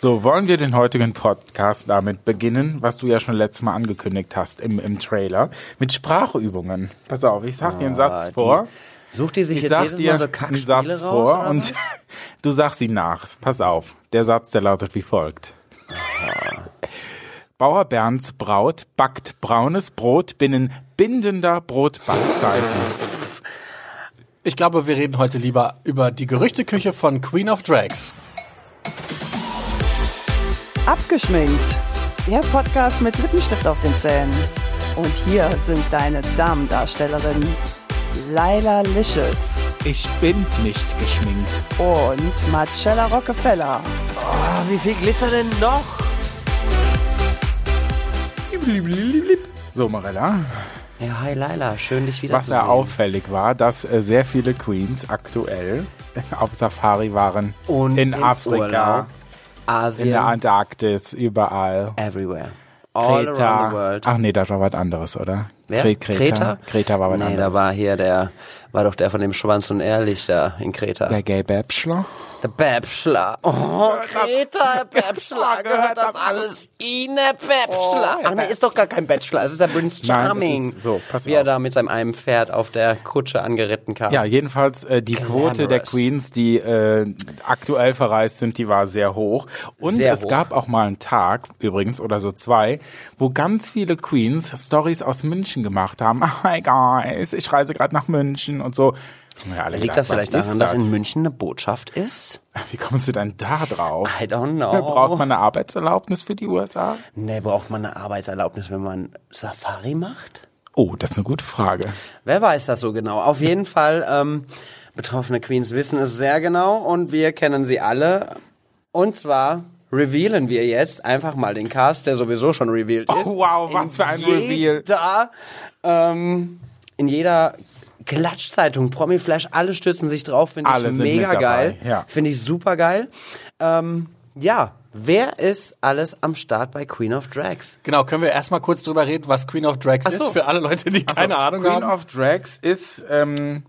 So, wollen wir den heutigen Podcast damit beginnen, was du ja schon letztes Mal angekündigt hast im, im Trailer, mit Sprachübungen. Pass auf, ich sag dir einen Satz Ah, die- vor. Sucht die sich Ich jetzt sag jedes Mal dir so einen Kackspiele raus? Satz vor oder und was? du sagst ihn nach. Pass auf, der Satz, der lautet wie folgt. Bauer Bernds Braut backt braunes Brot binnen bindender Brotbackzeiten. Ich glaube, wir reden heute lieber über die Gerüchteküche von Queen of Drags. Abgeschminkt. Der Podcast mit Lippenstift auf den Zähnen. Und hier sind deine Damendarstellerinnen Laila Licious Ich bin nicht geschminkt. und Marcella Rockefeller. Ah, wie viel Glitzer denn noch? So, Marella, Ja, hi Laila, schön dich wieder was zu sehen. ja auffällig war, dass äh, sehr viele Queens aktuell auf Safari waren. Und in, im Afrika, Urlaub, Asien, in der Antarktis, überall. everywhere. All around the world. Ach nee, das war was anderes, oder? Wer? Kre- Kreta? Kreta war was nee, anderes. da war hier der, war doch der von dem Schwanz und Ehrlich da in Kreta. der Gay Bachelor. Der Bäbschler. Oh, Greta, Herr Bäbschler, gehört das alles Ihnen, Herr Bäbschler? Ach, nee, ist doch gar kein Bachelor, es ist der Prince Oh, Nein, es Charming. ist- so, pass Wie er auf. da mit seinem einen Pferd auf der Kutsche angeritten kam. Ja, jedenfalls äh, die Quote der Glamorous. Queens, die äh, aktuell verreist sind, die war sehr hoch. Und Sehr es hoch. gab auch mal einen Tag, übrigens, oder so zwei, wo ganz viele Queens Stories aus München gemacht haben. Hi guys, ich reise gerade nach München und so. Haben wir alle Liegt gedacht, das vielleicht was ist daran, dass in München eine Botschaft ist? Wie kommst du denn da drauf? I don't know. Braucht man eine Arbeitserlaubnis für die USA? nee, braucht man eine Arbeitserlaubnis, wenn man Safari macht? Oh, das ist eine gute Frage. Wer weiß das so genau? Auf jeden Fall, ähm, betroffene Queens wissen es sehr genau und wir kennen sie alle. Und zwar revealen wir jetzt einfach mal den Cast, der sowieso schon revealed ist. Oh, wow, was In für ein Reveal. jeder, Ähm, in jeder Klatschzeitung, Promi-Flash, alle stürzen sich drauf, finde Alle ich sind mit mega dabei, geil. ja. Finde ich super geil. Ähm, ja, wer ist alles am Start bei Queen of Drags? Genau, können wir erstmal kurz drüber reden, was Queen of Drags so. ist, für alle Leute, die keine Also, Ahnung Queen haben. of Drags ist, ähm,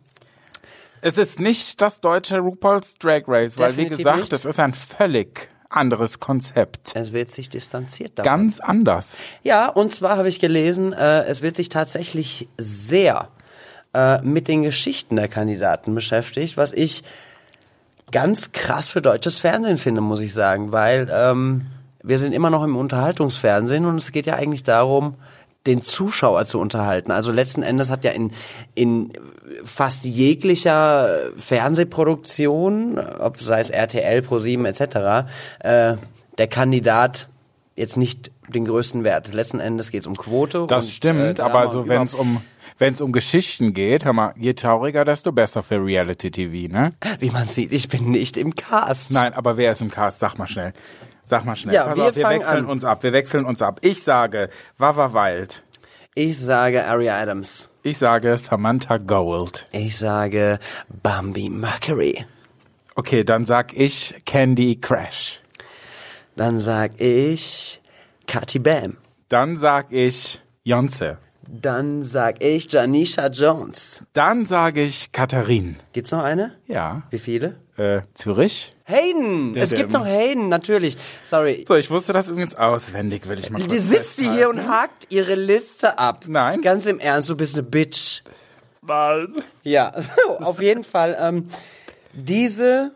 es ist nicht das deutsche RuPaul's Drag Race, weil wie Definitiv gesagt, nicht. es ist ein völlig anderes Konzept. Es wird sich distanziert davon. Ganz anders. Ja, und zwar habe ich gelesen, äh, es wird sich tatsächlich sehr äh, mit den Geschichten der Kandidaten beschäftigt, was ich ganz krass für deutsches Fernsehen finde, muss ich sagen, weil ähm, wir sind immer noch im Unterhaltungsfernsehen und es geht ja eigentlich darum, den Zuschauer zu unterhalten. Also letzten Endes hat ja in, in fast jeglicher Fernsehproduktion, ob sei es RTL, ProSieben etc., äh, der Kandidat jetzt nicht den größten Wert. Letzten Endes geht es um Quote. Das und, äh, stimmt, Drama aber so und wenn es um wenn es um Geschichten geht, hör mal, je trauriger, desto besser für Reality TV, ne? überhaupt. Wie man sieht, ich bin nicht im Cast. Nein, aber wer ist im Cast? Sag mal schnell. Sag mal schnell. Ja, Pass wir auf, wir fangen wechseln an. uns ab. Wir wechseln uns ab. Ich sage Wawa Wild. Ich sage Ari Adams. Ich sage Samantha Gold. Ich sage Bambi Mercury. Okay, dann sag ich Candy Crash. Dann sag ich Katy Bam. Dann sag ich Jonze. Dann sag ich Janisha Jones. Dann sage ich Katharin. Gibt's noch eine? Ja. Wie viele? Äh, Zürich? Hayden! es gibt Dim. noch Hayden, natürlich. Sorry. So, ich wusste das übrigens auswendig, will ich mal kurz Die sitzt sie hier und hakt ihre Liste ab. Nein. Ganz im Ernst, du bist eine Bitch. Ja, so, auf jeden Fall. Ähm, diese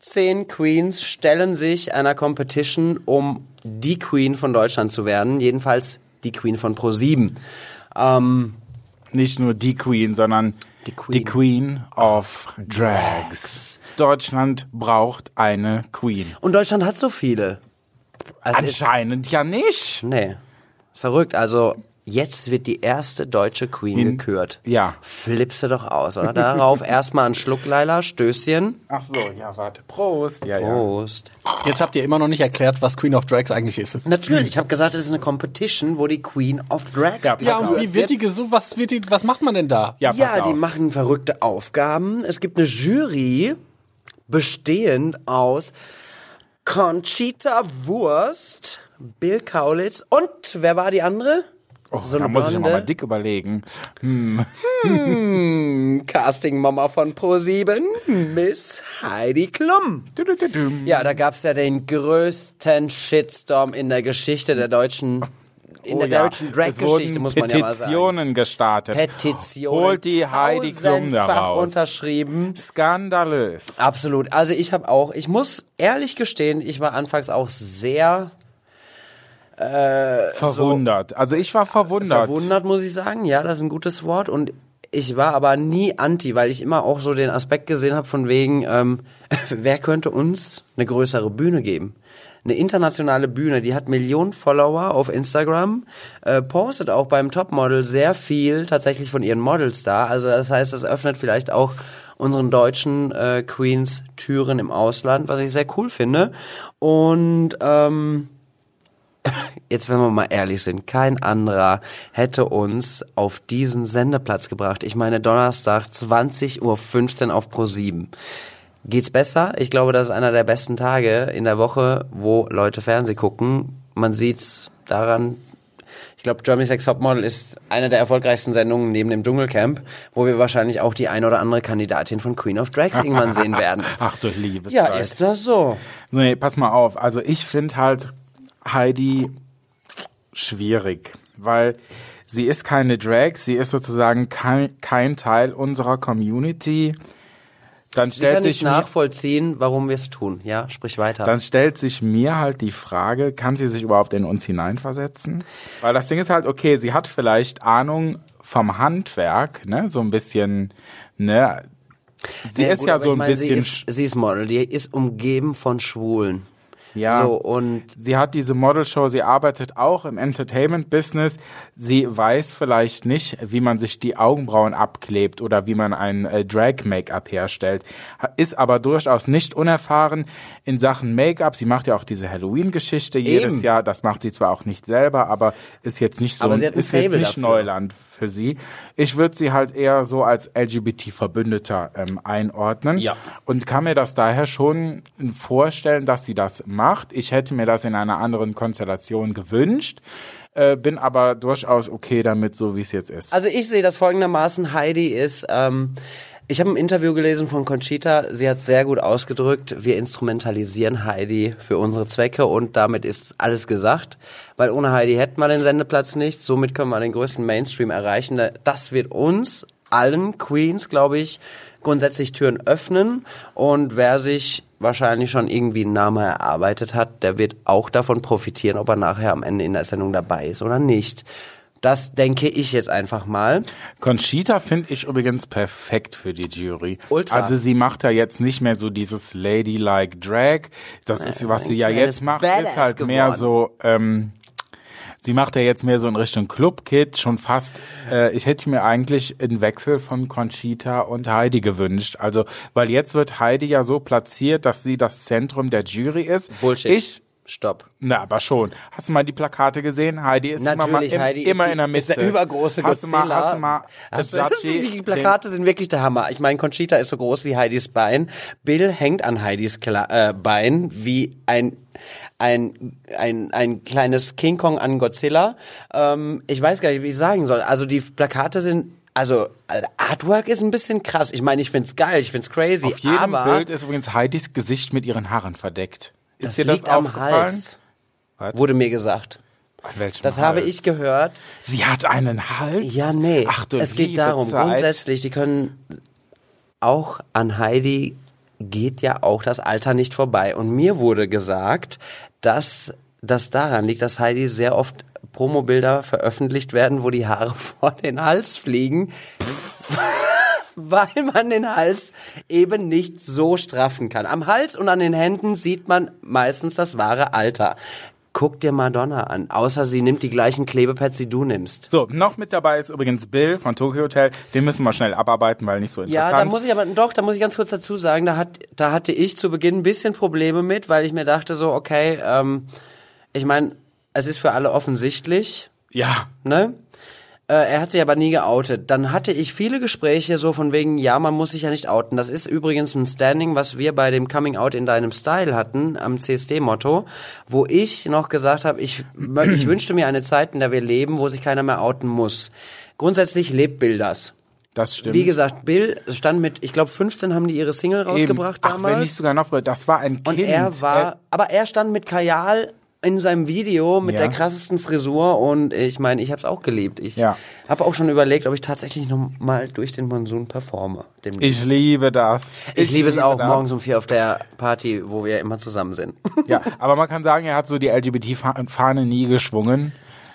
zehn Queens stellen sich einer Competition, um die Queen von Deutschland zu werden. Jedenfalls die Queen von Pro7. Ähm, Nicht nur die Queen, sondern Die Queen. die Queen of Drags. Deutschland braucht eine Queen. und Deutschland hat so viele. Also es- Anscheinend ja nicht. Nee. Verrückt. Also, jetzt wird die erste deutsche Queen gekürt. Hm. Ja. Flippst du doch aus, oder? Darauf erstmal einen Schluck, Leila. Stößchen. Ach so, ja, warte. Prost. Ja, ja. Prost. Jetzt habt ihr immer noch nicht erklärt, was Queen of Drags eigentlich ist. Natürlich, ich habe gesagt, es ist eine Competition, wo die Queen of Drags Ja, Ja, Pass und auf. wie wird die gesucht? Was, wird die, was macht man denn da? Ja, pass Ja, die auf. machen verrückte Aufgaben. Es gibt eine Jury, bestehend aus Conchita Wurst, Bill Kaulitz und wer war die andere? Oh, So da eine muss ich Blonde. nochmal dick überlegen. Casting-Mama von Pro7, Miss Heidi Klum. Tüdüdüdüm. Ja, da gab's ja den größten Shitstorm in der Geschichte der deutschen, in Oh der ja. deutschen Es wurden Drag-Geschichte, muss man ja mal sagen. Petitionen gestartet. Petitionen. Holt die Heidi Klum da tausendfach raus. unterschrieben. Skandalös. Absolut. Also ich habe auch, ich muss ehrlich gestehen, ich war anfangs auch sehr Verwundert. also ich war verwundert. Äh, verwundert, muss ich sagen. Ja, das ist ein gutes Wort. Und ich war aber nie anti, weil ich immer auch so den Aspekt gesehen habe von wegen, ähm, wer könnte uns eine größere Bühne geben? Eine internationale Bühne, die hat Millionen Follower auf Instagram, äh, postet auch beim Topmodel sehr viel tatsächlich von ihren Models da. Also das heißt, das öffnet vielleicht auch unseren deutschen äh, Queens Türen im Ausland, was ich sehr cool finde. Und ähm, jetzt wenn wir mal ehrlich sind, kein anderer hätte uns auf diesen Sendeplatz gebracht. Ich meine, Donnerstag 20.15 Uhr auf Pro7. Geht's besser? Ich glaube, das ist einer der besten Tage in der Woche, wo Leute Fernsehen gucken. Man sieht's daran. Ich glaube, Jeremy Sex Topmodel ist eine der erfolgreichsten Sendungen neben dem Dschungelcamp, wo wir wahrscheinlich auch die ein oder andere Kandidatin von Queen of Drags irgendwann sehen werden. Ach du liebe Ja, Zeit. ist das so? Nee, pass mal auf. Also ich finde halt Heidi schwierig, weil sie ist keine Drag, sie ist sozusagen kein, kein Teil unserer Community. Dann Sie kann stellt nicht sich mir, nachvollziehen, warum wir es tun. Ja, sprich weiter. dann stellt sich mir halt die Frage, kann sie sich überhaupt in uns hineinversetzen? Weil das Ding ist halt, okay, sie hat vielleicht Ahnung vom Handwerk, ne, so ein bisschen, ne, sie Ja, ist gut, ja aber so ich ein meine, bisschen Sie ist, sie ist Model, die ist umgeben von Schwulen. Ja. So, und Sie hat diese Modelshow, sie arbeitet auch im Entertainment-Business. Sie weiß vielleicht nicht, wie man sich die Augenbrauen abklebt oder wie man ein äh, Drag-Make-up herstellt. Ha- Ist aber durchaus nicht unerfahren in Sachen Make-up. Sie macht ja auch diese Halloween-Geschichte jedes Jahr. Das macht sie zwar auch nicht selber, aber ist jetzt nicht so, Aber sie hat ein ist jetzt Faible nicht dafür. Neuland für sie. Ich würde sie halt eher so als LGBT-Verbündeter ähm, einordnen Ja. und kann mir das daher schon vorstellen, dass sie das macht. Ich hätte mir das in einer anderen Konstellation gewünscht, äh, bin aber durchaus okay damit, so wie es jetzt ist. Also ich sehe das folgendermaßen. Heidi ist, ähm, ich habe ein Interview gelesen von Conchita. Sie hat sehr gut ausgedrückt, wir instrumentalisieren Heidi für unsere Zwecke und damit ist alles gesagt. Weil ohne Heidi hätten wir den Sendeplatz nicht. Somit können wir den größten Mainstream erreichen. Das wird uns allen Queens, glaube ich, grundsätzlich Türen öffnen. Und wer sich wahrscheinlich schon irgendwie einen Namen erarbeitet hat, der wird auch davon profitieren, ob er nachher am Ende in der Sendung dabei ist oder nicht. Das denke ich jetzt einfach mal. Conchita finde ich übrigens perfekt für die Jury. Ultra. Also sie macht ja jetzt nicht mehr so dieses Ladylike Drag. Das ist, was sie ja kleines jetzt macht, Badass ist halt mehr geworden. so. Ähm, sie macht ja jetzt mehr so in Richtung Club Kid schon fast. Äh, ich hätte mir eigentlich einen Wechsel von Conchita und Heidi gewünscht. Also weil jetzt wird Heidi ja so platziert, dass sie das Zentrum der Jury ist. Bullshit. Ich Stopp. na, aber schon. Hast du mal die Plakate gesehen? Heidi ist immer, mal Natürlich, im, Heidi immer ist, die, in der ist Mitte. der übergroße hast du Godzilla. mal, hast du mal, Hast du- das das sind, die den- Plakate sind wirklich der Hammer. Ich meine, Conchita ist so groß wie Heidis Bein. Bill hängt an Heidis Kla äh, Bein wie ein, ein, ein, ein kleines King Kong an Godzilla. Ähm, ich weiß gar nicht, wie ich sagen soll. Also die Plakate sind... Also, Artwork ist ein bisschen krass. Ich meine, ich find's geil, ich find's crazy, Auf jedem aber Bild ist übrigens Heidis Gesicht mit ihren Haaren verdeckt. Ist das dir das liegt am aufgefallen? Hals, Was? wurde mir gesagt. An welchem Das habe Hals? ich gehört. Sie hat einen Hals? Ja, nee. Ach du es geht liebe darum, Zeit. grundsätzlich, die können auch an Heidi geht ja auch das Alter nicht vorbei. Und mir wurde gesagt, dass das daran liegt, dass Heidi sehr oft Promobilder veröffentlicht werden, wo die Haare vor den Hals fliegen, weil man den Hals eben nicht so straffen kann. Am Hals und an den Händen sieht man meistens das wahre Alter. Guck dir Madonna an, außer sie nimmt die gleichen Klebepads, die du nimmst. So, noch mit dabei ist übrigens Bill von Tokyo Hotel. Den müssen wir schnell abarbeiten, weil nicht so Ja, interessant. da muss ich aber doch, da muss ich ganz kurz dazu sagen, da hat da hatte ich zu Beginn ein bisschen Probleme mit, weil ich mir dachte so, okay, ähm, ich meine, es ist für alle offensichtlich, ja, ne? Äh, er hat sich aber nie geoutet. Dann hatte ich viele Gespräche so von wegen, ja, man muss sich ja nicht outen. Das ist übrigens ein Standing, was wir bei dem Coming Out in deinem Style hatten, am CSD-Motto, wo ich noch gesagt habe, ich, mö- ich wünschte mir eine Zeit, in der wir leben, wo sich keiner mehr outen muss. Grundsätzlich lebt Bill das. Das stimmt. Wie gesagt, Bill stand mit, ich glaube, 15 haben die ihre Single rausgebracht Eben. Ach, damals. wenn nicht sogar noch früher. Das war ein Und Kind. er war, aber er stand mit Kajal in seinem Video mit Ja. der krassesten Frisur und ich meine, ich habe es auch geliebt. Ich Ja. habe auch schon überlegt, ob ich tatsächlich noch mal durch den Monsun performe. demnächst. ich liebe das. ich, liebe es auch das. morgens um vier auf der Party, wo wir immer zusammen sind. Ja, aber man kann sagen, er hat so die LGBT-Fahne nie geschwungen,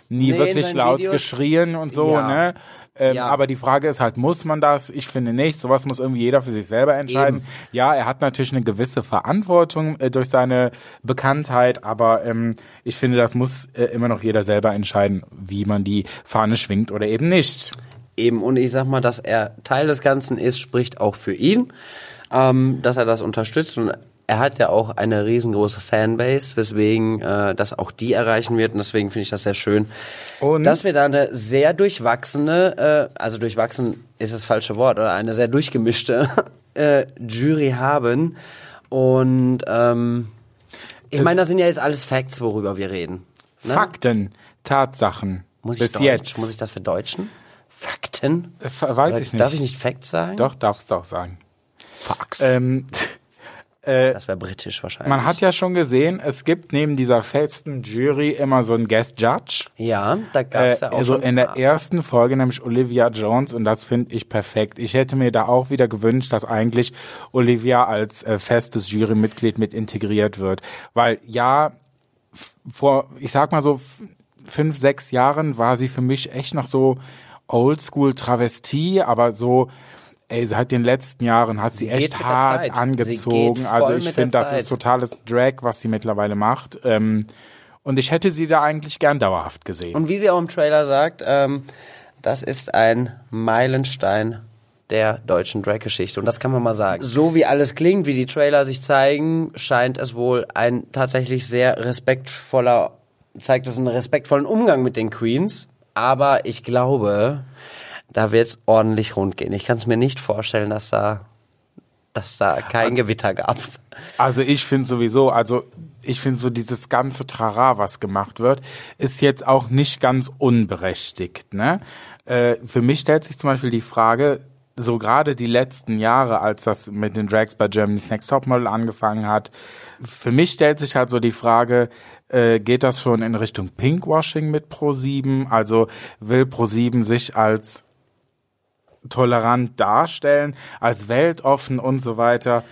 nie Nee, in wirklich seinen laut Videos- geschrien und so, Ja. ne? Ähm, Ja. Aber die Frage ist halt, muss man das? Ich finde nicht. Sowas muss irgendwie jeder für sich selber entscheiden. Ja, er hat natürlich eine gewisse Verantwortung äh, durch seine Bekanntheit, aber ähm, ich finde, das muss äh, immer noch jeder selber entscheiden, wie man die Fahne schwingt oder eben nicht. Eben, und ich sag mal, dass er Teil des Ganzen ist, spricht auch für ihn, ähm, dass er das unterstützt und er hat ja auch eine riesengroße Fanbase, weswegen äh, das auch die erreichen wird und deswegen finde ich das sehr schön, Und? dass wir da eine sehr durchwachsene, äh, also durchwachsen ist das falsche Wort, oder eine sehr durchgemischte äh, Jury haben und ähm, ich meine, das sind ja jetzt alles Facts, worüber wir reden. ne? Fakten, Tatsachen. Muss ich bis Deutsch, jetzt. Muss ich das verdeutschen? Fakten? Äh, ver- weiß Oder ich nicht. Darf ich nicht Facts sagen? Doch, darfst du auch sagen. Facts. Ähm, das wäre britisch wahrscheinlich. Man hat ja schon gesehen, es gibt neben dieser festen Jury immer so einen Guest Judge. ja, da gab Äh, es ja auch also schon in der ersten Folge nämlich Olivia Jones und das finde ich perfekt. Ich hätte mir da auch wieder gewünscht, dass eigentlich Olivia als äh, festes Jurymitglied mit integriert wird, weil ja f- vor, ich sag mal so f- fünf, sechs Jahren war sie für mich echt noch so Oldschool Travestie, aber so Ey, seit den letzten Jahren hat sie, geht echt mit der Zeit. hart Sie geht angezogen. voll Also ich mit der finde, das Zeit. ist totales Drag, was sie mittlerweile macht. Ähm, und ich hätte sie da eigentlich gern dauerhaft gesehen. Und wie sie auch im Trailer sagt, ähm, das ist ein Meilenstein der deutschen Drag-Geschichte. Und das kann man mal sagen. So wie alles klingt, wie die Trailer sich zeigen, scheint es wohl ein tatsächlich sehr respektvoller, zeigt es einen respektvollen Umgang mit den Queens. Aber ich glaube, da wird es ordentlich rund gehen. Ich kann es mir nicht vorstellen, dass da, dass da kein Gewitter gab. Also ich finde sowieso, also ich finde so dieses ganze Trara, was gemacht wird, ist jetzt auch nicht ganz unberechtigt. Ne? Äh, für mich stellt sich zum Beispiel die Frage, so gerade die letzten Jahre, als das mit den Drags bei Germany's Next Topmodel angefangen hat, für mich stellt sich halt so die Frage, äh, geht das schon in Richtung Pinkwashing mit Pro7? Also will Pro7 sich als tolerant darstellen, als weltoffen und so weiter.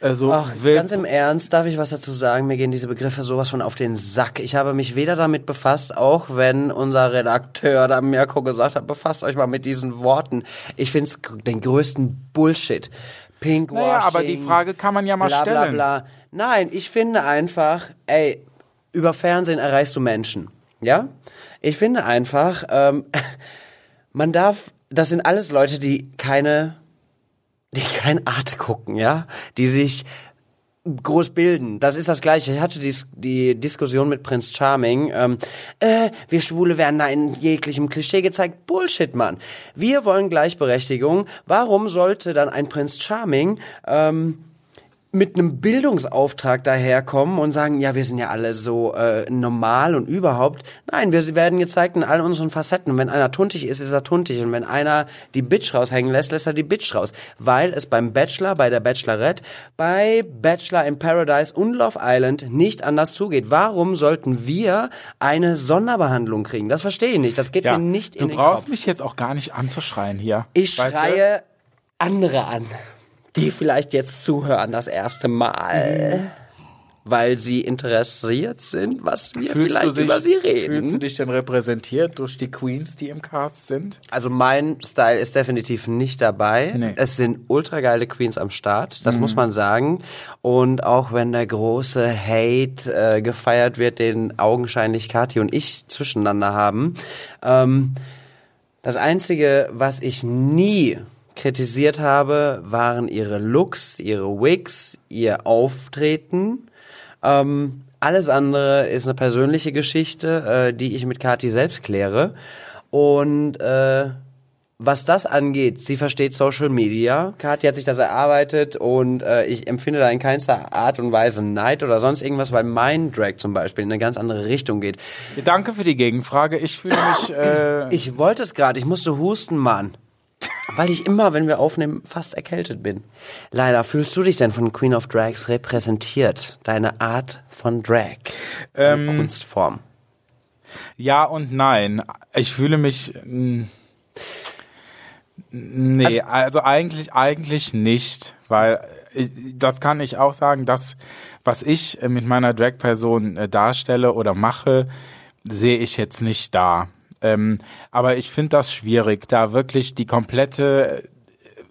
Also Ach, will ganz im Ernst, darf ich was dazu sagen? Mir gehen diese Begriffe sowas von auf den Sack. Ich habe mich weder damit befasst, auch wenn unser Redakteur da Mirko gesagt hat, befasst euch mal mit diesen Worten. Ich finde es den größten Bullshit. Pinkwashing. Naja, aber die Frage kann man ja mal bla, stellen. Bla, bla. Nein, ich finde einfach, ey, über Fernsehen erreichst du Menschen. Ja? Ich finde einfach, ähm, man darf, das sind alles Leute, die keine, die kein Arte gucken, ja? Die sich groß bilden. Das ist das Gleiche. Ich hatte dies, die Diskussion mit Prinz Charming. Ähm, äh, wir Schwule werden da in jeglichem Klischee gezeigt. Bullshit, Mann. Wir wollen Gleichberechtigung. Warum sollte dann ein Prinz Charming ähm, mit einem Bildungsauftrag daherkommen und sagen, ja, wir sind ja alle so äh, normal und überhaupt. Nein, wir werden gezeigt in all unseren Facetten. Und wenn einer tuntig ist, ist er tuntig. Und wenn einer die Bitch raushängen lässt, lässt er die Bitch raus. Weil es beim Bachelor, bei der Bachelorette, bei Bachelor in Paradise und Love Island nicht anders zugeht. Warum sollten wir eine Sonderbehandlung kriegen? Das verstehe ich nicht. Das geht ja, mir nicht du in den Kopf. brauchst mich jetzt auch gar nicht anzuschreien hier. Ich Weißt du? schreie andere an, die vielleicht jetzt zuhören das erste Mal, Mhm. weil sie interessiert sind, was wir Fühlst vielleicht du dich, über sie Fühlst du reden. dich denn repräsentiert durch die Queens, die im Cast sind? Also mein Style ist definitiv nicht dabei. Nee. Es sind ultra geile Queens am Start, das muss man sagen. Und auch wenn der große Hate äh, gefeiert wird, den augenscheinlich Kathi und ich zwischeneinander haben, ähm, Das Einzige, was ich nie kritisiert habe, waren ihre Looks, ihre Wigs, ihr Auftreten. Ähm, alles andere ist eine persönliche Geschichte, äh, die ich mit Kati selbst kläre. Und äh, was das angeht, sie versteht Social Media. Kathi hat sich das erarbeitet und äh, ich empfinde da in keinster Art und Weise Neid oder sonst irgendwas, weil mein Drag zum Beispiel in eine ganz andere Richtung geht. Danke für die Gegenfrage. Ich fühle mich. Äh, Ich wollte es gerade, ich musste husten, Mann. Weil ich immer, wenn wir aufnehmen, fast erkältet bin. Leider, fühlst du dich denn von Queen of Drags repräsentiert? Deine Art von Drag? Eine Kunstform. ja und nein. Ich fühle mich. mm, Nee, also, eigentlich, eigentlich nicht, weil ich, das kann ich auch sagen, das, was ich äh, mit meiner Drag-Person äh, darstelle oder mache, sehe ich jetzt nicht da. Ähm, aber ich finde das schwierig, da wirklich die komplette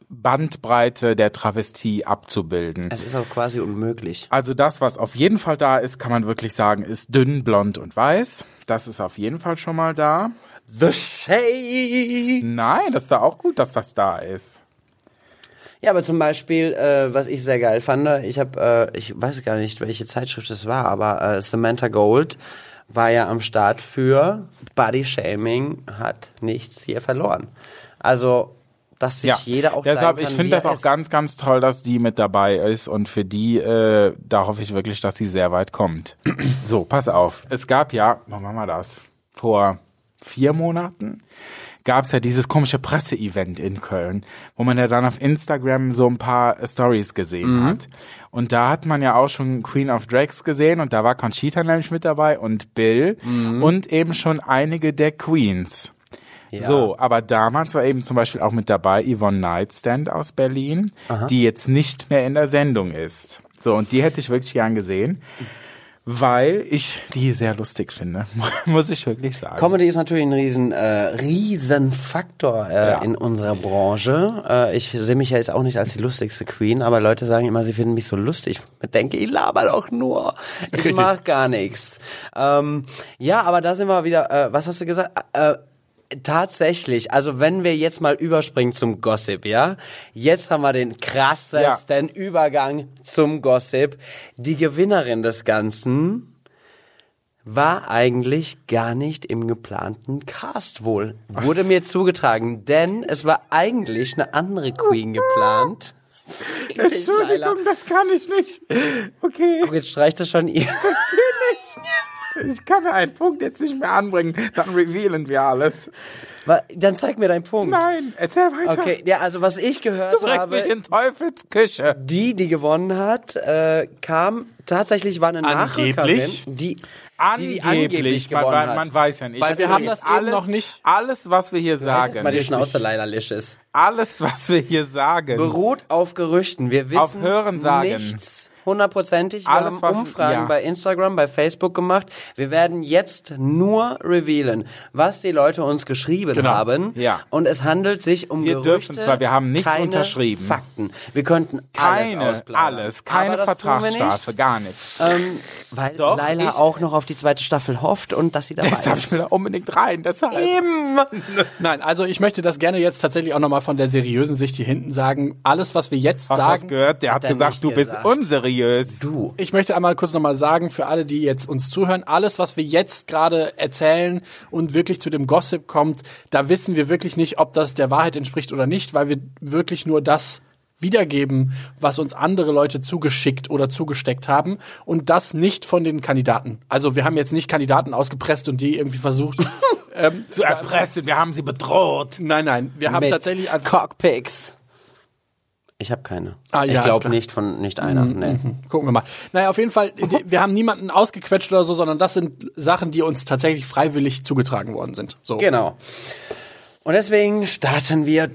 Bandbreite der Travestie abzubilden. Es ist auch quasi unmöglich. Also das, was auf jeden Fall da ist, kann man wirklich sagen, ist dünn, blond und weiß. Das ist auf jeden Fall schon mal da. The Shade! Nein, das ist da auch gut, dass das da ist. Ja, aber zum Beispiel, äh, was ich sehr geil fand, ich habe, äh, ich weiß gar nicht, welche Zeitschrift es war, aber äh, Samantha Gold war ja am Start für Body Shaming hat nichts hier verloren. Also, dass sich Ja, jeder auch deshalb, zeigen ich kann, finde wie er das auch ist. ganz, ganz toll, dass die mit dabei ist und für die, äh, da hoffe ich wirklich, dass sie sehr weit kommt. so, pass auf. Es gab ja, wann war mal das? Vor vier Monaten gab es ja dieses komische Presseevent in Köln, wo man ja dann auf Instagram so ein paar äh, Stories gesehen hat. Und da hat man ja auch schon Queen of Drags gesehen und da war Conchita nämlich mit dabei und Bill und eben schon einige der Queens. So, aber damals war eben zum Beispiel auch mit dabei Yvonne Nightstand aus Berlin, die jetzt nicht mehr in der Sendung ist. So, und die hätte ich wirklich gern gesehen, weil ich die sehr lustig finde, muss ich wirklich sagen. Comedy ist natürlich ein riesen, äh, riesen Faktor äh, Ja. in unserer Branche. Äh, ich sehe mich ja jetzt auch nicht als die lustigste Queen, aber Leute sagen immer, sie finden mich so lustig. Ich denke, ich laber doch nur. Ich mach gar nichts. Ähm, ja, aber da sind wir wieder, äh, was hast du gesagt? Äh, Tatsächlich, also wenn wir jetzt mal überspringen zum Gossip, ja, jetzt haben wir den krassesten Übergang zum Gossip. Die Gewinnerin des Ganzen, war eigentlich gar nicht im geplanten Cast wohl. Wurde mir zugetragen, denn es war eigentlich eine andere Queen geplant. Entschuldigung. Entschuldigung, das kann ich nicht. Okay, Jetzt streicht es schon ihr. ich kann mir einen Punkt jetzt nicht mehr anbringen, dann revealen wir alles. Wa- Dann zeig mir deinen Punkt. Nein, erzähl weiter. Okay, ja, also was ich gehört Du bringst mich habe, in Teufels Küche. die, die gewonnen hat, äh, kam tatsächlich war eine Angeblich? Nachrückerin, die, die, die angeblich man, gewonnen man, hat. man weiß ja nicht. Weil wir haben Natürlich, das eben noch nicht- Alles, was wir hier Halt jetzt sagen, mal die richtig. Schnauze, Leila Lisches. alles, was wir hier sagen, Beruht auf Gerüchten. Wir wissen Auf Hörensagen. nichts hundertprozentig. Wir Alles, haben was- Umfragen ja. bei Instagram, bei Facebook gemacht. Wir werden jetzt nur revealen, was die Leute uns geschrieben Genau. haben. Ja. Und es handelt sich um Wir Gerüchte, dürfen's, weil wir haben nichts keine unterschrieben. Fakten. Wir könnten keine, alles alles, ausplaudern. keine Aber das tun wir Vertragsstrafe, nicht, gar nichts. Ähm, weil Doch, Laila ich- auch noch auf die zweite Staffel hofft und dass sie dabei Deshalb will ist. er unbedingt rein, deshalb. Eben. Nein, also ich möchte das gerne jetzt tatsächlich auch nochmal von der seriösen Sicht hier hinten sagen. Alles, was wir jetzt Hast du das sagen, gehört? Der hat Hat er gesagt, nicht du bist gesagt. unseriös. Du. ich möchte einmal kurz nochmal sagen, für alle, die jetzt uns zuhören, alles, was wir jetzt gerade erzählen und wirklich zu dem Gossip kommt, da wissen wir wirklich nicht, ob das der Wahrheit entspricht oder nicht, weil wir wirklich nur das wiedergeben, was uns andere Leute zugeschickt oder zugesteckt haben und das nicht von den Kandidaten. Also wir haben jetzt nicht Kandidaten ausgepresst und die irgendwie versucht. ähm, Zu erpressen, wir haben sie bedroht. nein, nein, wir haben mit tatsächlich einfach Cockpicks. Ich habe keine. Ah, ja, ich ist glaube klar. nicht von nicht einer. Mhm. Nee. Gucken wir mal. Naja, auf jeden Fall, die- wir haben niemanden ausgequetscht oder so, sondern das sind Sachen, die uns tatsächlich freiwillig zugetragen worden sind. So. Genau. Und deswegen starten wir.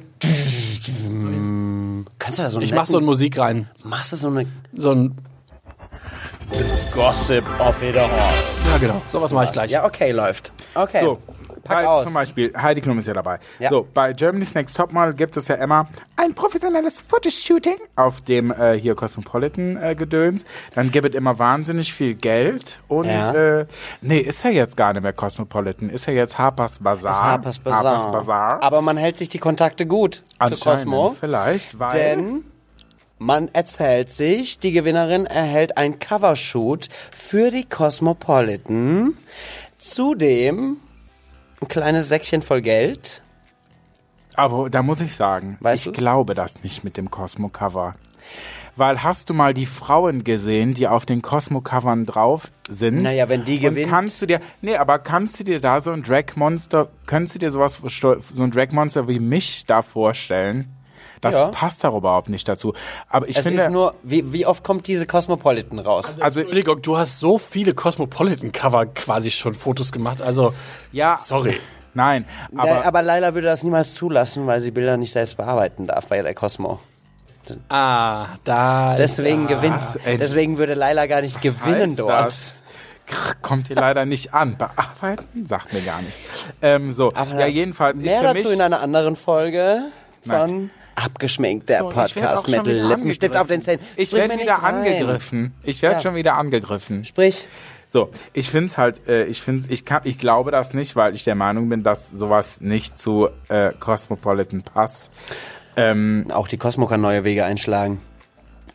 Kannst du da so einen Ich mach so netten- ein Musik rein. machst du so eine So ein. Gossip of it all. Ja, genau. Sowas mache ich gleich. Ja, okay, läuft. Okay. So, Äh, pack bei, aus. zum Beispiel, Heidi Klum ist ja dabei. Ja. So, bei Germany's Next Topmodel gibt es ja immer ein professionelles Fotoshooting auf dem äh, hier Cosmopolitan-Gedöns. Dann gibt es immer wahnsinnig viel Geld und Ja. äh, nee, ist ja jetzt gar nicht mehr Cosmopolitan, ist ja jetzt Harper's Bazaar. Harper's Bazaar. Harper's Bazaar. Aber man hält sich die Kontakte gut zu Anscheinend, Cosmo. Vielleicht, weil Denn man erzählt sich, die Gewinnerin erhält ein Covershoot für die Cosmopolitan. Zudem ein kleines Säckchen voll Geld. Aber da muss ich sagen, Weißt ich du? glaube das nicht mit dem Cosmo-Cover. Weil hast du mal die Frauen gesehen, die auf den Cosmo-Covern drauf sind? Naja, wenn die gewinnt. Und kannst du dir, nee, aber kannst du dir da so ein Drag-Monster, kannst du dir sowas, so ein Drag-Monster wie mich da vorstellen? Das Ja. passt da überhaupt nicht dazu. Aber ich Es finde, ist nur, wie, wie oft kommt diese Cosmopolitan raus? also, Entschuldigung, du hast so viele Cosmopolitan-Cover quasi schon Fotos gemacht. Also, ja, sorry. nein, aber, Aber, aber Laila würde das niemals zulassen, weil sie Bilder nicht selbst bearbeiten darf bei der Cosmo. Ah, da. Deswegen gewinnt. ey. Deswegen würde Laila gar nicht gewinnen heißt dort. das? Krr, Kommt hier leider nicht an. Bearbeiten sagt mir gar nichts. Ähm, so, ja, das- jedenfalls, ich Mehr für dazu mich, in einer anderen Folge von Nein. Abgeschminkt, der So, ich werd auch Äh, Podcast schon mit wieder Lippenstift angegriffen. auf den Zähnen. Ich Sprich werde mir wieder nicht rein. angegriffen. Ich werde Ja. schon wieder angegriffen. Sprich, So, ich finde es halt, äh, ich finde ich kann, ich glaube das nicht, weil ich der Meinung bin, dass sowas nicht zu äh, Cosmopolitan passt. auch die Cosmo kann neue Wege einschlagen.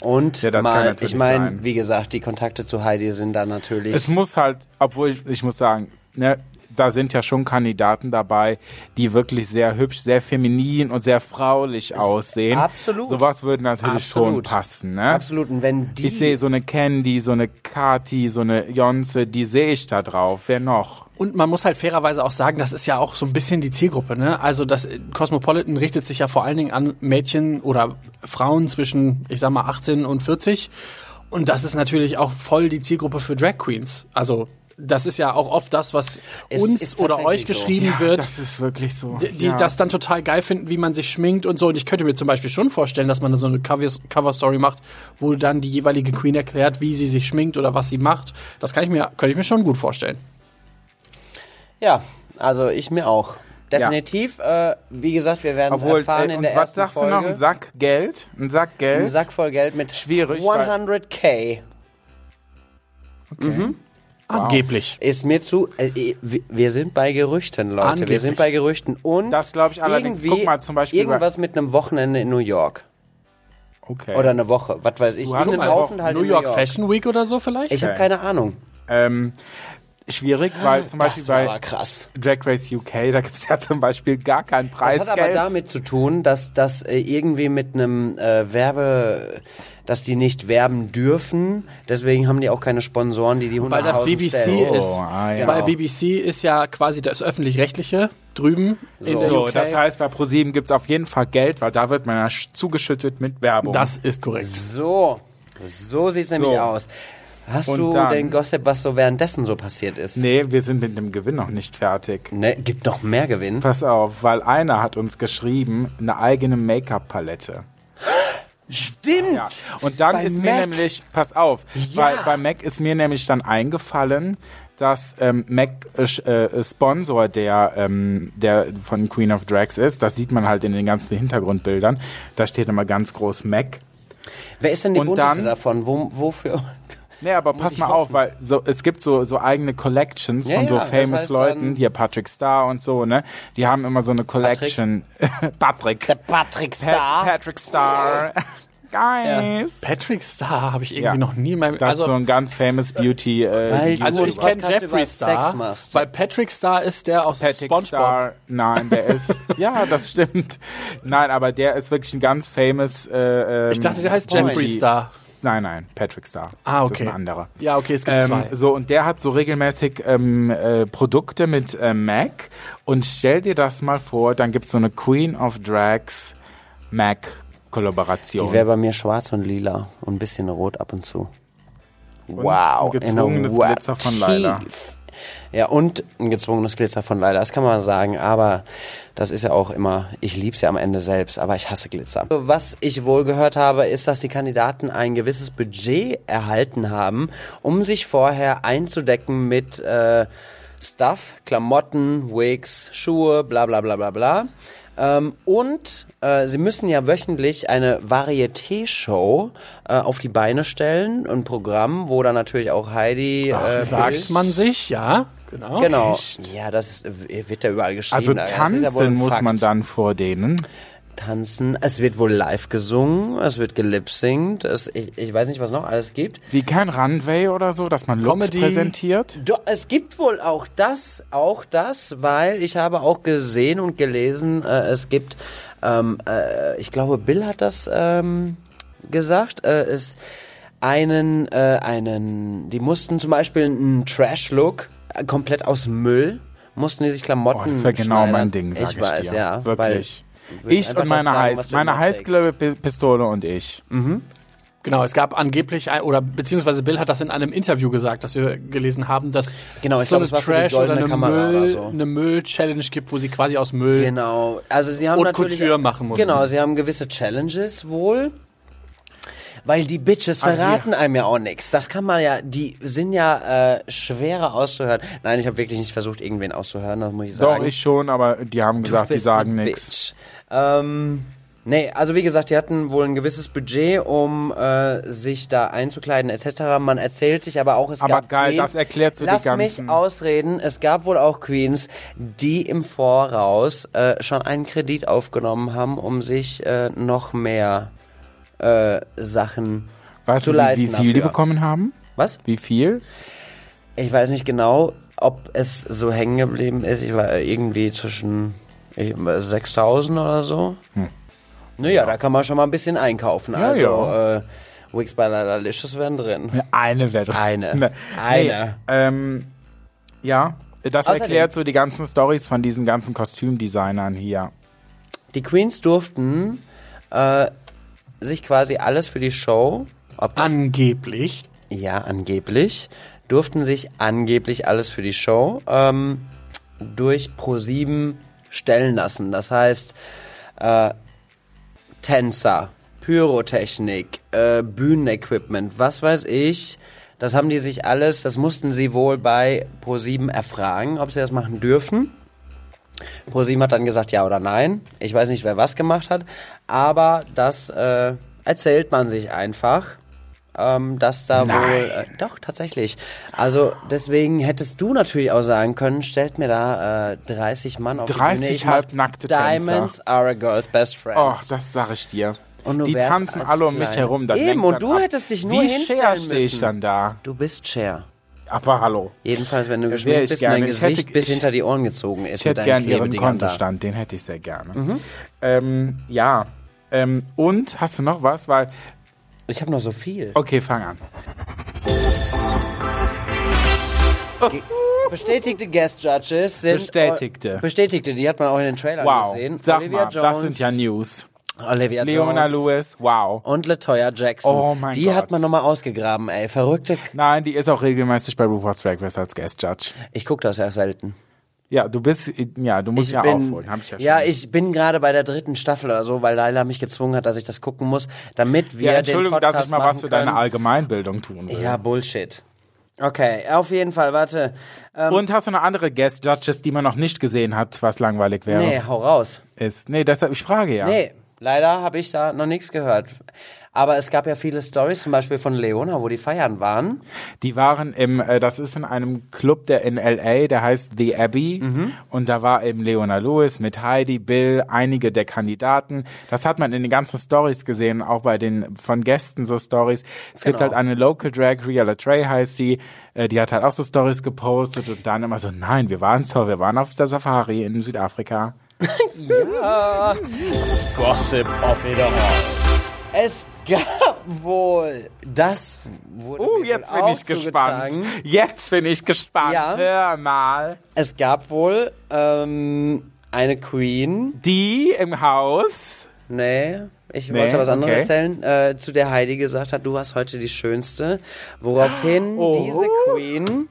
Und Ja, das kann mal, natürlich ich meine, sein. wie gesagt, die Kontakte zu Heidi sind da natürlich. Es muss halt, obwohl ich, ich muss sagen, ne, da sind ja schon Kandidaten dabei, die wirklich sehr hübsch, sehr feminin und sehr fraulich aussehen. absolut. Sowas würde natürlich schon Absolut. passen, ne? absolut. Und wenn die Ich sehe so eine Candy, so eine Kati, so eine Jonze, die sehe ich da drauf. Wer noch? Und man muss halt fairerweise auch sagen, das ist ja auch so ein bisschen die Zielgruppe, ne? Also das Cosmopolitan richtet sich ja vor allen Dingen an Mädchen oder Frauen zwischen, ich sag mal, 18 und 40. Und das ist natürlich auch voll die Zielgruppe für Drag Queens. Also das ist ja auch oft das, was Es uns ist oder tatsächlich euch so. geschrieben wird. Das ist wirklich so. die das dann total geil finden, wie man sich schminkt und so. Und ich könnte mir zum Beispiel schon vorstellen, dass man da so eine Cover- Cover-Story macht, wo dann die jeweilige Queen erklärt, wie sie sich schminkt oder was sie macht. Das kann ich mir, könnte ich mir schon gut vorstellen. Ja, also ich mir auch. Definitiv. Äh, wie gesagt, wir werden es Obwohl, erfahren äh, in und der was ersten sagst Folge. du noch? Ein Sack Geld? Ein Sack Geld? Ein Sack voll Geld mit Schwierig, 100k. Angeblich. Ist mir zu. Äh, wir- wir sind bei Gerüchten, Leute. Wir Angeblich. sind bei Gerüchten. Und Das glaub ich allerdings. irgendwie Guck mal, zum Beispiel bei- Irgendwas mit einem Wochenende in New York. Okay. Oder eine Woche. Was weiß ich. Du hast Irgendein mal auch Aufenthalt New halt in York Fashion Week oder so vielleicht? Ich habe Okay. keine Ahnung. ähm, schwierig, weil zum Beispiel Das war bei aber krass. Drag Race UK, da gibt's ja zum Beispiel gar kein Das Preisgeld. hat aber damit zu tun, dass das äh, irgendwie mit einem äh, Werbe, dass die nicht werben dürfen. Deswegen haben die auch keine Sponsoren, die die 100.000 weil das BBC stellen. Oh, ist. ah, ja. Weil BBC ist ja quasi das öffentlich-rechtliche drüben in der so, UK. das heißt, bei ProSieben gibt's auf jeden Fall Geld, weil da wird man ja sch- zugeschüttet mit Werbung. das ist korrekt. So, so sieht's nämlich So. aus. Hast Und du dann- den Gossip, was so währenddessen so passiert ist? nee, wir sind mit dem Gewinn noch nicht fertig. Ne, gibt noch mehr Gewinn. Pass auf, weil einer hat uns geschrieben, eine eigene Make-up-Palette. Stimmt! Ja. Und dann Bei ist mir Mac. nämlich, pass auf, Ja. weil bei Mac ist mir nämlich dann eingefallen, dass ähm, Mac äh, sch- äh, Sponsor der, ähm, der von Queen of Drags ist. Das sieht man halt in den ganzen Hintergrundbildern. Da steht immer ganz groß Mac. Wer ist denn die Und bunteste dann- davon? Wo, wofür? Nee, aber pass ich mal auf, hoffen. weil so, es gibt so, so eigene Collections Ja, von so ja, das famous heißt ähm, dann- Leuten, hier Patrick Star und so, ne? Die haben immer so eine Collection. Patrick. Der Patrick Pa Star. Patrick Star. Guys. Patrick Star habe ich irgendwie Ja. noch nie in meinem... Das ist so ein ganz famous Beauty. Äh, Weil du- Also ich Podcast kenne Jeffree über Sex Star, machst. weil Patrick Star ist der aus Patrick SpongeBob. Star. Nein, der ist. ja, das stimmt. Nein, aber der ist wirklich ein ganz famous. Äh, ähm, Ich dachte, der heißt Comedy- Jeffree Star. Nein, nein, Patrick Star. Ah, Das okay. ist ein anderer. Ja, okay, es gibt Ähm, zwei. so, und der hat so regelmäßig ähm, äh, Produkte mit äh, Mac. Und stell dir das mal vor, dann gibt's so eine Queen of Drags Die Mac-Kollaboration. wäre bei mir schwarz und lila und ein bisschen rot ab und zu. Und Wow. ein gezwungenes in a Glitzer von Laila. tief. Ja, und ein gezwungenes Glitzer von Laila, das kann man sagen, aber das ist ja auch immer, ich lieb's ja am Ende selbst, aber ich hasse Glitzer. Was ich wohl gehört habe, ist, dass die Kandidaten ein gewisses Budget erhalten haben, um sich vorher einzudecken mit äh, Stuff, Klamotten, Wigs, Schuhe, bla bla bla bla bla. Ähm, und äh, sie müssen ja wöchentlich eine Varieté-Show äh, auf die Beine stellen, ein Programm, wo dann natürlich auch Heidi. äh, Sagt Bild- man sich, ja, genau. Genau. Ja, das ist, wird ja überall geschrieben. Oh, also Alter. Das ist ja wohl tanzen ein muss Fakt. man dann vor denen. tanzen. Es wird wohl live gesungen, es wird gelipsingt, es, ich, ich weiß nicht, was noch alles gibt. Wie kein Runway oder so, dass man Looks Comedy. präsentiert. Do, es gibt wohl auch das, auch das, weil ich habe auch gesehen und gelesen, äh, es gibt, ähm, äh, ich glaube, Bill hat das ähm, gesagt, äh, es einen, äh, einen, die mussten zum Beispiel einen Trash-Look äh, komplett aus Müll, mussten die sich Klamotten Boah, das wäre genau schneidern. mein Ding, sag ich, Hm, ich weiß, dir. ja. Wirklich. weil- Will ich Ich einfach und meine das sagen, was Heiß, du meine immer trägst. Heißklebe-Pistole und ich. Genau, es gab angeblich, ein, oder beziehungsweise Bill hat das in einem Interview gesagt, das wir gelesen haben, dass Genau, ich so glaube, es war eine für die Trash- oder goldene eine Kamera Müll- oder so. eine Müll-Challenge gibt, wo sie quasi aus Müll Genau, also sie haben Haute natürlich Couture machen mussten. Genau, sie haben gewisse Challenges wohl. Weil die Bitches Also sie- verraten einem ja auch nichts. Das kann man ja, die sind ja äh, schwerer auszuhören. Nein, ich habe wirklich nicht versucht, irgendwen auszuhören, das muss ich sagen. Doch, ich schon, aber die haben gesagt, die bist sagen ein nichts. Bitch. Ähm, nee, also wie gesagt, die hatten wohl ein gewisses Budget, um äh, sich da einzukleiden etc. Man erzählt sich aber auch, es Aber gab geil, Queens. das erklärt so die Lass ganzen- mich ausreden. Es gab wohl auch Queens, die im Voraus äh, schon einen Kredit aufgenommen haben, um sich äh, noch mehr äh, Sachen Weißt zu du, wie, wie leisten viel die dafür. bekommen haben? Was? Wie viel? Ich weiß nicht genau, ob es so hängen geblieben ist. Ich war irgendwie zwischen ich- 6000 oder so. Naja, da kann man schon mal ein bisschen einkaufen. also, Hm. ja. Äh, Wix bei Lalicious wären drin. Eine Wette. Eine. Ne. Eine. Nee, ähm, ja, das Außerdem- erklärt so die ganzen Stories von diesen ganzen Kostümdesignern hier. Die Queens durften äh, sich quasi alles für die Show, ob das angeblich. Ja, angeblich. Durften sich angeblich alles für die Show ähm, durch Pro7 stellen lassen. Das heißt, äh, Tänzer, Pyrotechnik, äh, Bühnenequipment, was weiß ich. Das haben die sich alles, das mussten sie wohl bei Pro7 erfragen, ob sie das machen dürfen. ProSieben hat dann gesagt ja oder nein. Ich weiß nicht, wer was gemacht hat, aber das äh, erzählt man sich einfach, ähm, dass da wohl. Äh, doch, tatsächlich. Also deswegen hättest du natürlich auch sagen können, stellt mir da äh, 30 Mann auf 30 die Bühne. Ich mach halbnackte Tänzer. Diamonds are a girl's best friend. Och, das sag ich dir. Und du die wärst tanzen als alle um mich Kleiner. herum. Dann Eben, lenkt und dann du ab. hättest dich nur Wie hinstellen Cher stehe ich müssen. dann da? Du bist Cher. Aber hallo. Jedenfalls, wenn du wär geschminkt ich bist und dein gerne. Ich hätte- Gesicht bis ich- hinter die Ohren gezogen ist. Ich hätte mit gern deinen ihren Klebedingern da. Kontostand, den hätte ich sehr gerne. Ähm, ja. Ähm, und hast du noch was? Weil, Ich habe noch so viel. okay, fang an. Bestätigte Guest Judges sind. Oh. Oh, Bestätigte. Bestätigte, die hat man auch in den Trailern Wow. gesehen. Sag Olivia mal, Jones, das sind ja News. Olivia Leona Jones Lewis, wow. und Latoya Jackson. Oh mein die Gott. hat man nochmal ausgegraben, ey. Verrückte. Nein, die ist auch regelmäßig bei RuPaul's Drag Race als Guest Judge. Ich gucke das ja selten. Ja, du bist, ja, du musst ja bin, aufholen, hab ich ja schon. ja, ich bin gerade bei der dritten Staffel oder so, weil Laila mich gezwungen hat, dass ich das gucken muss, damit wir ja, Entschuldigung, den Podcast dass ich mal machen was für deine können. Allgemeinbildung tun will. Ja, Bullshit. Okay, auf jeden Fall, warte. Und hast du noch andere Guest Judges, die man noch nicht gesehen hat, was langweilig wäre? Nee, hau raus. Ist. Nee, deshalb, ich frage ja. Nee, leider habe ich da noch nichts gehört. Aber es gab ja viele Stories, zum Beispiel von Leona, wo die feiern waren. Die waren im, äh, das ist in einem Club, der in L.A., der heißt The Abbey. Und da war eben Leona Lewis mit Heidi, Bill, einige der Kandidaten. Das hat man in den ganzen Stories gesehen, auch bei den von Gästen so Stories. Es gibt Genau. halt eine Local Drag, Ria Trey heißt sie, äh, die hat halt auch so Stories gepostet und dann immer so, nein, wir waren so, wir waren auf der Safari in Südafrika. Gossip auf jeder Es gab wohl, das wurde Oh, mir jetzt wohl bin auch ich gespannt. zugetragen. Jetzt bin ich gespannt. Ja. Hör mal. Es gab wohl ähm, eine Queen, Die im Haus. nee, ich Nee, wollte was anderes okay. erzählen, äh, zu der Heidi gesagt hat, du warst heute die Schönste, woraufhin Oh. diese Queen...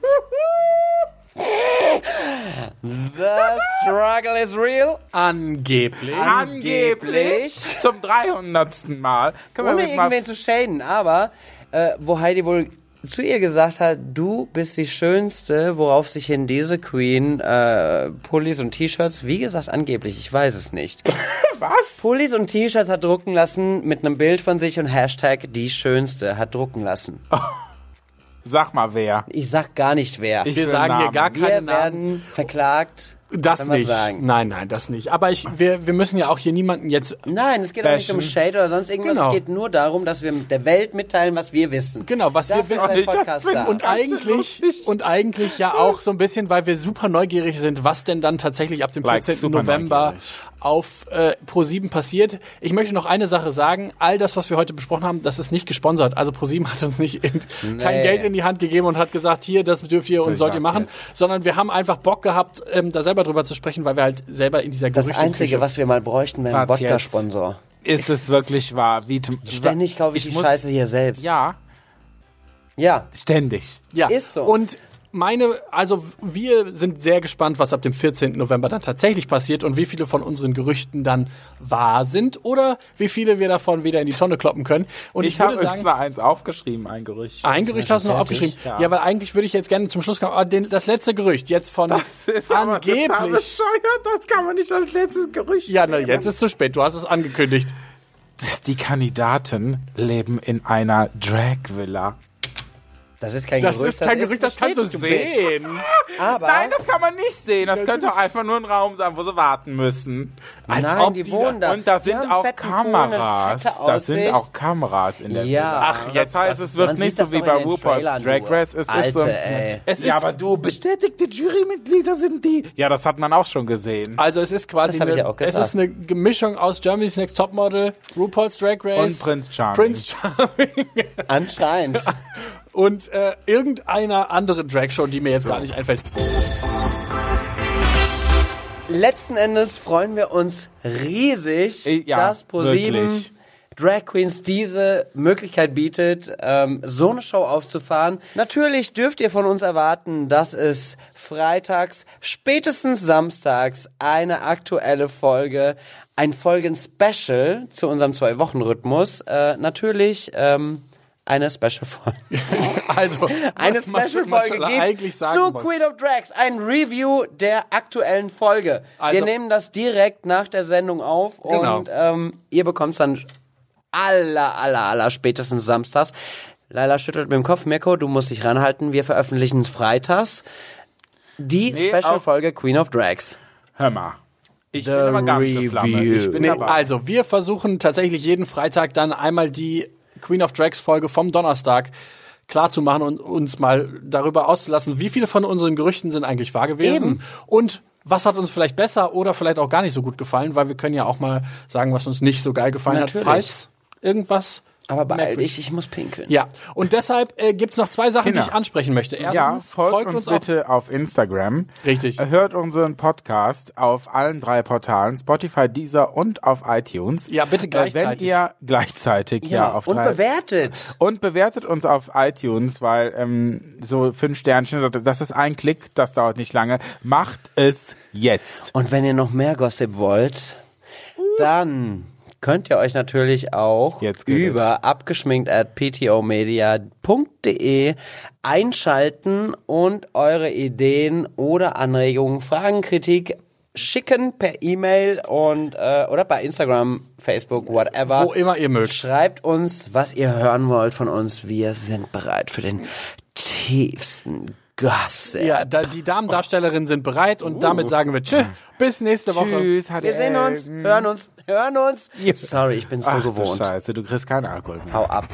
The struggle is real Angeblich. Angeblich zum 300. Mal. Können ohne wir jetzt mal irgendwen zu shaden, aber äh, wo Heidi wohl zu ihr gesagt hat, du bist die Schönste, worauf sich hin diese Queen äh, Pullis und T-Shirts, wie gesagt angeblich, ich weiß es nicht. was? Pullis und T-Shirts hat drucken lassen mit einem Bild von sich und Hashtag die Schönste hat drucken lassen. Sag mal wer. Ich sag gar nicht wer. Ich Wir will sagen hier Namen. gar Wir keine Namen. werden verklagt. Das Kann man nicht. sagen. Nein, nein, das nicht. Aber ich, wir, wir müssen ja auch hier niemanden jetzt. Nein, es geht auch nicht um Bashen. Shade oder sonst irgendwas. Genau. Es geht nur darum, dass wir der Welt mitteilen, was wir wissen. Genau, was wir Dafür ist wissen. ein Podcast da. Und eigentlich, und eigentlich ja auch so ein bisschen, weil wir super neugierig sind, was denn dann tatsächlich ab dem Like 14. super November neugierig. auf äh, Pro7 passiert. Ich möchte noch eine Sache sagen. All das, was wir heute besprochen haben, das ist nicht gesponsert. Also Pro7 hat uns nicht in, kein Geld in die Hand gegeben und hat gesagt, hier, das dürft ihr und sollt ihr machen, sondern wir haben einfach Bock gehabt, ähm, da selber drüber zu sprechen, weil wir halt selber in dieser das Gerüchteküche- Einzige, was wir mal bräuchten, wäre ein Warte jetzt. Wodka-Sponsor. Ist es wirklich wahr? Wie zum- Ständig kaufe ich, die muss- Scheiße hier selbst. Ja, ja. ständig. Ja. Ist so. Und meine, also wir sind sehr gespannt, was ab dem 14. November dann tatsächlich passiert und wie viele von unseren Gerüchten dann wahr sind oder wie viele wir davon wieder in die Tonne kloppen können. Und ich, Ich, habe würde uns sagen, mal eins aufgeschrieben, ein Gerücht. ein Gerücht hast du noch fertig? aufgeschrieben. Ja. Ja. weil eigentlich würde ich jetzt gerne zum Schluss kommen. Aber den, das letzte Gerücht jetzt von aber total angeblich. bescheuert, das kann man nicht als letztes Gerücht Ja, na, nehmen. jetzt ist zu spät. Du hast es angekündigt. Die Kandidaten leben in einer Drag-Villa. Das ist kein Das Gerücht. ist kein Gerücht, das kannst du bestätigt, Bitch. sehen. Aber Nein, das kann man nicht sehen. Das könnte auch einfach nur ein Raum sein, wo sie warten müssen. Als Nein, ob die die wohnen da. Und da Die sind haben auch fetten Ton, eine Kameras. fette Da sind Aussicht. auch Kameras in der Ja. Villa. Ach, das heißt, es wird Man nicht sieht so das wie doch in bei den RuPaul's Trailern Drag nur. Race. Es ist Alter, so ey. Es ja, ist- aber du, bestätigte Jurymitglieder sind die. Ja, das hat man auch schon gesehen. Also es ist quasi Das hab ich eine, ja auch es gesagt. ist eine Gemischung aus Germany's Next Topmodel, RuPaul's Drag Race Und Prince Charming. Prince Charming Anscheinend. und äh, irgendeiner anderen Dragshow, die mir jetzt gar nicht einfällt. Letzten Endes freuen wir uns riesig, Äh, ja, dass ProSieben wirklich. Drag Queens diese Möglichkeit bietet, ähm, so eine Show aufzufahren. Natürlich dürft ihr von uns erwarten, dass es freitags, spätestens samstags eine aktuelle Folge, ein Folgen-Special zu unserem Zwei-Wochen-Rhythmus, äh, natürlich ähm, eine Special-Folge Also eine was man- Special-Folge was man gibt eigentlich sagen zu wollte. Queen of Drags. Ein Review der aktuellen Folge. Also- Wir nehmen das direkt nach der Sendung auf Genau. und ähm, ihr bekommt dann aller, aller, aller spätestens samstags. Laila schüttelt mit dem Kopf. Mirko, du musst dich ranhalten. Wir veröffentlichen freitags die Nee, Special-Folge Queen of Drags. Hör mal. Ich bin The aber ganze Flamme. Ich bin Nee, dabei. also wir versuchen tatsächlich jeden Freitag dann einmal die Queen of Drags Folge vom Donnerstag klar zu machen und uns mal darüber auszulassen, wie viele von unseren Gerüchten sind eigentlich wahr gewesen Eben. und was hat uns vielleicht besser oder vielleicht auch gar nicht so gut gefallen, weil wir können ja auch mal sagen, was uns nicht so geil gefallen Natürlich. hat, falls irgendwas Aber beeil merkwürdig- dich, ich muss pinkeln. Ja, und deshalb äh, gibt's noch zwei Sachen, Genau. die ich ansprechen möchte. Erstens, Ja, folgt, uns, auf- bitte auf, Instagram. Äh, Richtig. Hört unseren Podcast auf allen drei Portalen, Spotify, Deezer und auf iTunes. Äh, Ja, bitte gleichzeitig. Wenn ihr gleichzeitig, ja, auf und drei. bewertet. und bewertet uns auf iTunes, weil ähm, so fünf Sternchen, das ist ein Klick, das dauert nicht lange. Macht es jetzt. Und wenn ihr noch mehr Gossip wollt, dann könnt ihr euch natürlich auch Jetzt geht's. über abgeschminkt at ptomedia.de einschalten und eure Ideen oder Anregungen, Fragen, Kritik schicken per E-Mail und äh, oder bei Instagram, Facebook, whatever. Wo immer ihr mögt. Schreibt uns, was ihr hören wollt von uns. Wir sind bereit für den tiefsten Gossip. Ja, da, die Damendarstellerinnen sind bereit und damit sagen wir Tschö, bis nächste Woche. hat Wir sehen uns, hören uns, hören uns. Sorry, ich bin so Ach, du gewohnt. Scheiße, du kriegst keinen Alkohol mehr. Hau ab.